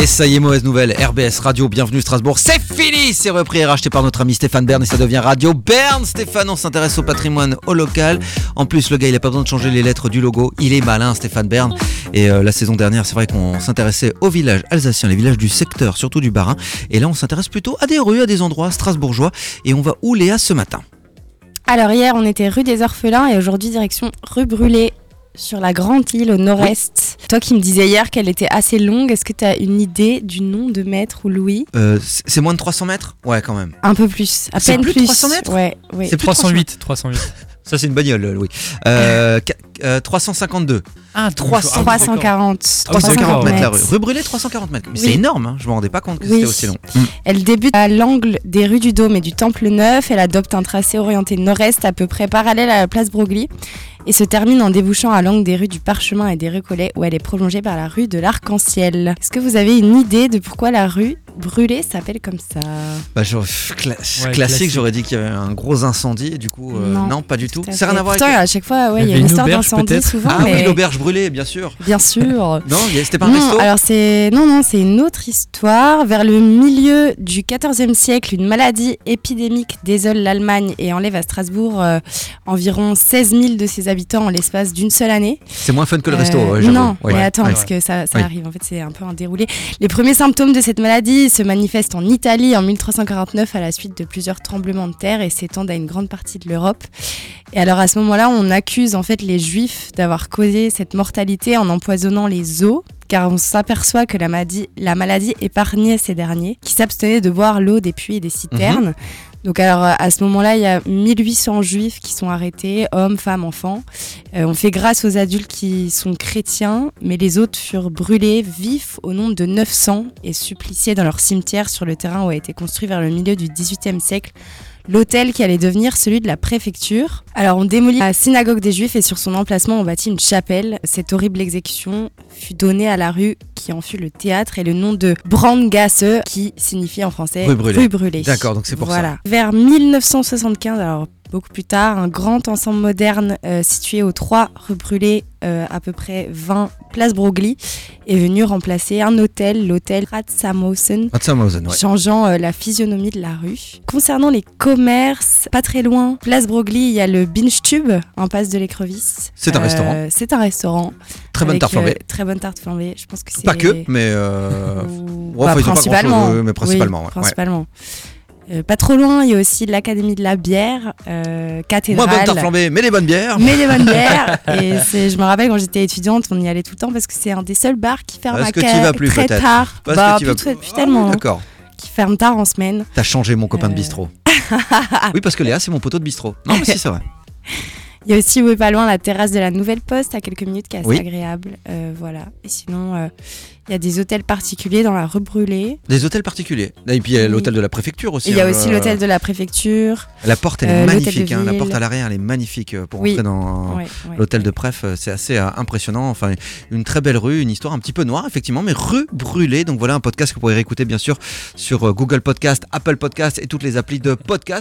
Et ça y est, mauvaise nouvelle, RBS Radio, bienvenue Strasbourg, c'est fini C'est repris et racheté par notre ami Stéphane Bern et ça devient Radio Bern Stéphane, on s'intéresse au patrimoine, au local. En plus, le gars, il a pas besoin de changer les lettres du logo, il est malin Stéphane Bern. Et euh, la saison dernière, c'est vrai qu'on s'intéressait aux villages alsaciens, les villages du secteur, surtout du Bas-Rhin. Et là, on s'intéresse plutôt à des rues, à des endroits strasbourgeois. Et on va où Léa ce matin Alors hier, on était rue des Orphelins et aujourd'hui, direction rue Brûlée sur la Grande Île au nord-est. Toi qui me disais hier qu'elle était assez longue, est-ce que tu as une idée du nom de maître ou Louis Euh, C'est c'est moins de 300 mètres Ouais, quand même. Un peu plus, à C'est peine plus de 300 mètres Ouais, ouais. C'est plus de 308, 308. Ça, c'est une bagnole, euh, Louis. Euh, qu- euh, 352. Ah, 300. 340. Ah oui, d'accord, 340 mètres la rue. mètres. Rue Brûlée, 340 mètres. Mais Oui. c'est énorme, hein. je me rendais pas compte que Oui. c'était aussi long. Mm. Elle débute à l'angle des rues du Dôme et du Temple Neuf. Elle adopte un tracé orienté nord-est à peu près parallèle à la place Broglie et se termine en débouchant à l'angle des rues du Parchemin et des Recollets où elle est prolongée par la rue de l'Arc-en-Ciel. Est-ce que vous avez une idée de pourquoi la rue brûlée s'appelle comme ça Bah, genre, pff, cla- classique, classique. j'aurais dit qu'il y avait un gros incendie, et du coup, euh, non. Non. pas du tout. Tout à C'est fait. rien à voir Pourtant, avec. à chaque fois, ouais, il Il y y a avait une une histoire auberge, d'incendie peut-être souvent, Ah oui, mais l'auberge brûlée, bien sûr. bien sûr. Non, il y a- c'était pas un Non, resto alors c'est non non, c'est une autre histoire. Vers le milieu du XIVe siècle, une maladie épidémique désole l'Allemagne et enlève à Strasbourg euh, environ 16 000 de ses habitants en l'espace d'une seule année. C'est moins fun que le Euh, resto, ouais, j'avoue. non, Ouais. mais attends Ouais. parce que ça, ça Oui. arrive. En fait, c'est un peu un déroulé. Les premiers symptômes de cette maladie se manifestent en Italie en 1349 à la suite de plusieurs tremblements de terre et s'étendent à une grande partie de l'Europe. Et alors à ce moment-là, on accuse en fait les Juifs d'avoir causé cette mortalité en empoisonnant les eaux. Car on s'aperçoit que la maladie, la maladie épargnait ces derniers, qui s'abstenaient de boire l'eau des puits et des citernes. Mhm. Donc alors euh, à ce moment-là, il y a 1800 juifs qui sont arrêtés, hommes, femmes, enfants. Euh, on fait grâce aux adultes qui sont chrétiens, mais les autres furent brûlés vifs au nombre de 900 et suppliciés dans leur cimetière sur le terrain où a été construit vers le milieu du XVIIIe siècle l'hôtel qui allait devenir celui de la préfecture. Alors on démolit la synagogue des juifs et sur son emplacement on bâtit une chapelle. Cette horrible exécution fut donnée à la rue qui en fut le théâtre et le nom de Brandgasse qui signifie en français Rue brûlée. brûlée. D'accord, donc c'est pour ça. voilà. Vers 1975, alors beaucoup plus tard, un grand ensemble moderne euh, situé aux 3 rue Brûlée, euh, à peu près 20 place Broglie, est venu remplacer un hôtel, l'hôtel Ratsamosen, Matsamhausen, ouais. changeant euh, la physionomie de la rue. Concernant les commerces, pas très loin, place Broglie, il y a le Binge Tube, en passe de l'écrevisse. C'est un Euh, restaurant. C'est un restaurant. Très bonne avec, tarte euh, flambée. très bonne tarte flambée. Je pense que c'est Pas que, mais. euh, Ou- ouais, enfin, ils ont pas principalement. grand-chose, euh, mais principalement, Oui, ouais. principalement. Euh, pas trop loin, il y a aussi l'Académie de la bière, euh, Moins cathédrale. bonne tarte flambée, mais des bonnes bières. mais des bonnes bières. Et c'est- je me rappelle quand j'étais étudiante, on y allait tout le temps parce que c'est un des seuls bars qui ferme Parce à que t'y ca- vas plus, très peut-être. tard. Parce bah, que tu vas- plus, très- plus Ah, tellement. D'accord. qui ferme tard en semaine. T'as changé mon copain de Euh. bistrot. oui, parce que Léa, c'est mon poteau de bistrot. Non, mais si, c'est vrai. Il y a aussi, oui, pas loin, la terrasse de la Nouvelle Poste à quelques minutes qui est assez Oui. agréable. Euh, voilà. Et sinon, euh, il y a des hôtels particuliers dans la rue Brûlée. Des hôtels particuliers. Et puis, il y a l'hôtel de la préfecture aussi. Et il y a hein, aussi euh, l'hôtel de la préfecture. La porte, elle Euh, est l'hôtel magnifique. de hein, la ville. porte à l'arrière, elle est magnifique euh, pour Oui. entrer dans Ouais, ouais. l'hôtel de Pref. euh, C'est assez euh, impressionnant. Enfin, une très belle rue, une histoire un petit peu noire, effectivement, mais rue brûlée. Donc voilà un podcast que vous pourrez réécouter, bien sûr, sur euh, Google Podcast, Apple Podcast et toutes les applis de podcast.